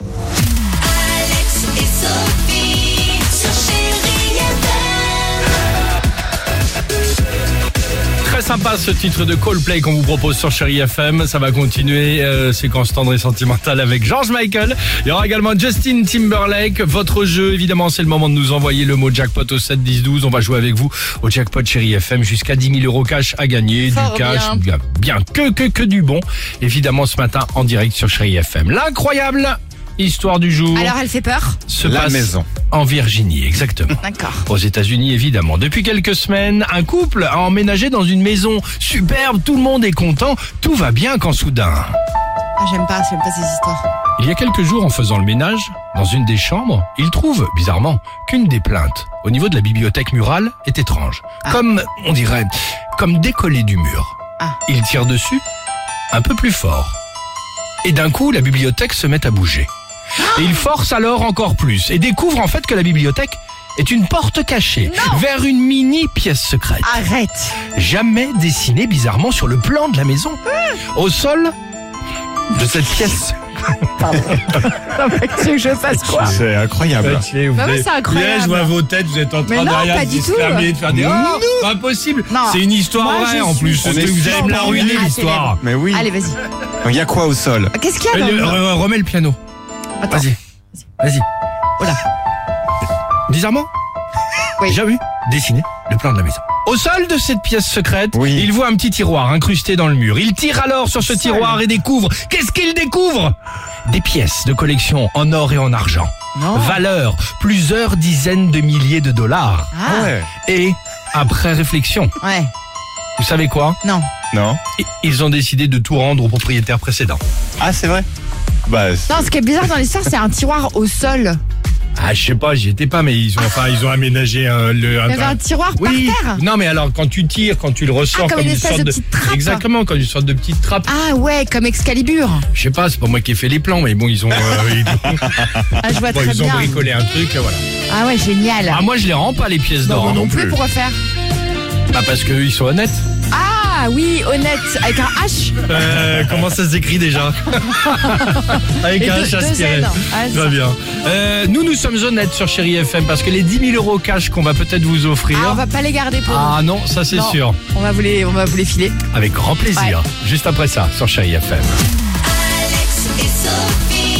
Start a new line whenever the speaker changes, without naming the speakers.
Alex et Sophie sur Chérie FM.
Très sympa ce titre de Coldplay qu'on vous propose sur Chéri FM. Ça va continuer, euh, séquence tendre et sentimentale avec George Michael. Il y aura également Justin Timberlake. Votre jeu, évidemment, c'est le moment de nous envoyer le mot jackpot au 7 10 12. On va jouer avec vous au jackpot Chéri FM jusqu'à 10 000 euros cash à gagner.
Fort
du cash,
bien.
bien, bien, que, que, que du bon. Évidemment, ce matin en direct sur Chéri FM. L'incroyable histoire du jour
Alors elle fait peur
se
La
passe
maison.
en Virginie, exactement.
D'accord.
Aux États-Unis, évidemment. Depuis quelques semaines, un couple a emménagé dans une maison superbe, tout le monde est content, tout va bien quand soudain.
Ah, j'aime pas, j'aime pas ces histoires.
Il y a quelques jours, en faisant le ménage, dans une des chambres, il trouve, bizarrement, qu'une des plaintes, au niveau de la bibliothèque murale, est étrange. Comme, on dirait, comme décollée du mur.
Ah.
Il tire dessus, un peu plus fort. Et d'un coup, la bibliothèque se met à bouger. Et il force alors encore plus et découvre en fait que la bibliothèque est une porte cachée vers une mini pièce secrète
Ah. Arrête
jamais dessiné bizarrement sur le plan de la maison. Au sol de cette pièce.
Tu veux que je fasse quoi
C'est incroyable.
Non, mais Bah Ah c'est incroyable.
je vois vos têtes, vous êtes en
Mais
train
non,
derrière
pas
de
du
se
tout.
fermer, de faire des.
Non.
Oh, c'est impossible.
Non.
C'est une histoire
Moi,
vraie
je
en plus.
suis
Ce truc, vous
sûre
allez me la
qu'on
ruiner
est à
l'histoire.
Mais oui.
Allez, vas-y. Ah,
Il y a quoi au sol
Qu'est-ce qu'il y a dans
Euh,
le...
euh, Remets le piano.
Attends.
Vas-y. Vas-y. Voilà. Bizarrement,
Oui.
j'ai vu dessiner le plan de la maison. Au sol de cette pièce secrète,
Oui.
il voit un petit tiroir incrusté dans le mur. Il tire alors sur ce tiroir et découvre. Qu'est-ce qu'il découvre Des pièces de collection en or et en argent.
Oh.
Valeur plusieurs dizaines de milliers de dollars.
Ah, ouais.
Et après réflexion, vous savez quoi
Non.
Non.
I- Ils ont décidé de tout rendre au propriétaire précédent.
Ah, c'est vrai Bah, c'est-
Non, ce qui est bizarre dans l'histoire, c'est un tiroir au sol.
Ah, je sais pas, j'y étais pas, mais ils ont enfin ils ont aménagé euh, le.
Il y avait un tiroir
Oui.
par terre.
Non, mais alors quand tu tires, quand tu le ressors
Ah, comme une espèce
sorte
de petite trappe.
Exactement, comme une sorte de petite trappe.
Ah ouais, comme Excalibur.
Je sais pas, c'est pas moi qui ai fait les plans, mais bon, ils ont, euh, ils, ont-
Ah, je vois
bon,
très
ils ont
bien.
bricolé un truc, euh, voilà.
Ah ouais, génial.
Ah, moi, je les rends pas les pièces d'or.
non,
hein.
plus. Pour refaire.
Bah, parce qu'ils sont honnêtes.
Ah oui, honnête, avec un H
Euh, comment ça s'écrit déjà Avec
Et
un
deux-
H
deux
aspiré.
N. Ah, c'est
Très
ça.
bien. Euh, nous, nous sommes honnêtes sur Chéri FM parce que les 10 000 euros cash qu'on va peut-être vous offrir.
Ah, on va pas les garder pour
Ah non, ça c'est
Non.
sûr.
nous. On va vous les, on va vous les filer.
Avec grand plaisir. Juste après ça, sur Chéri FM.
Alex et Sophie.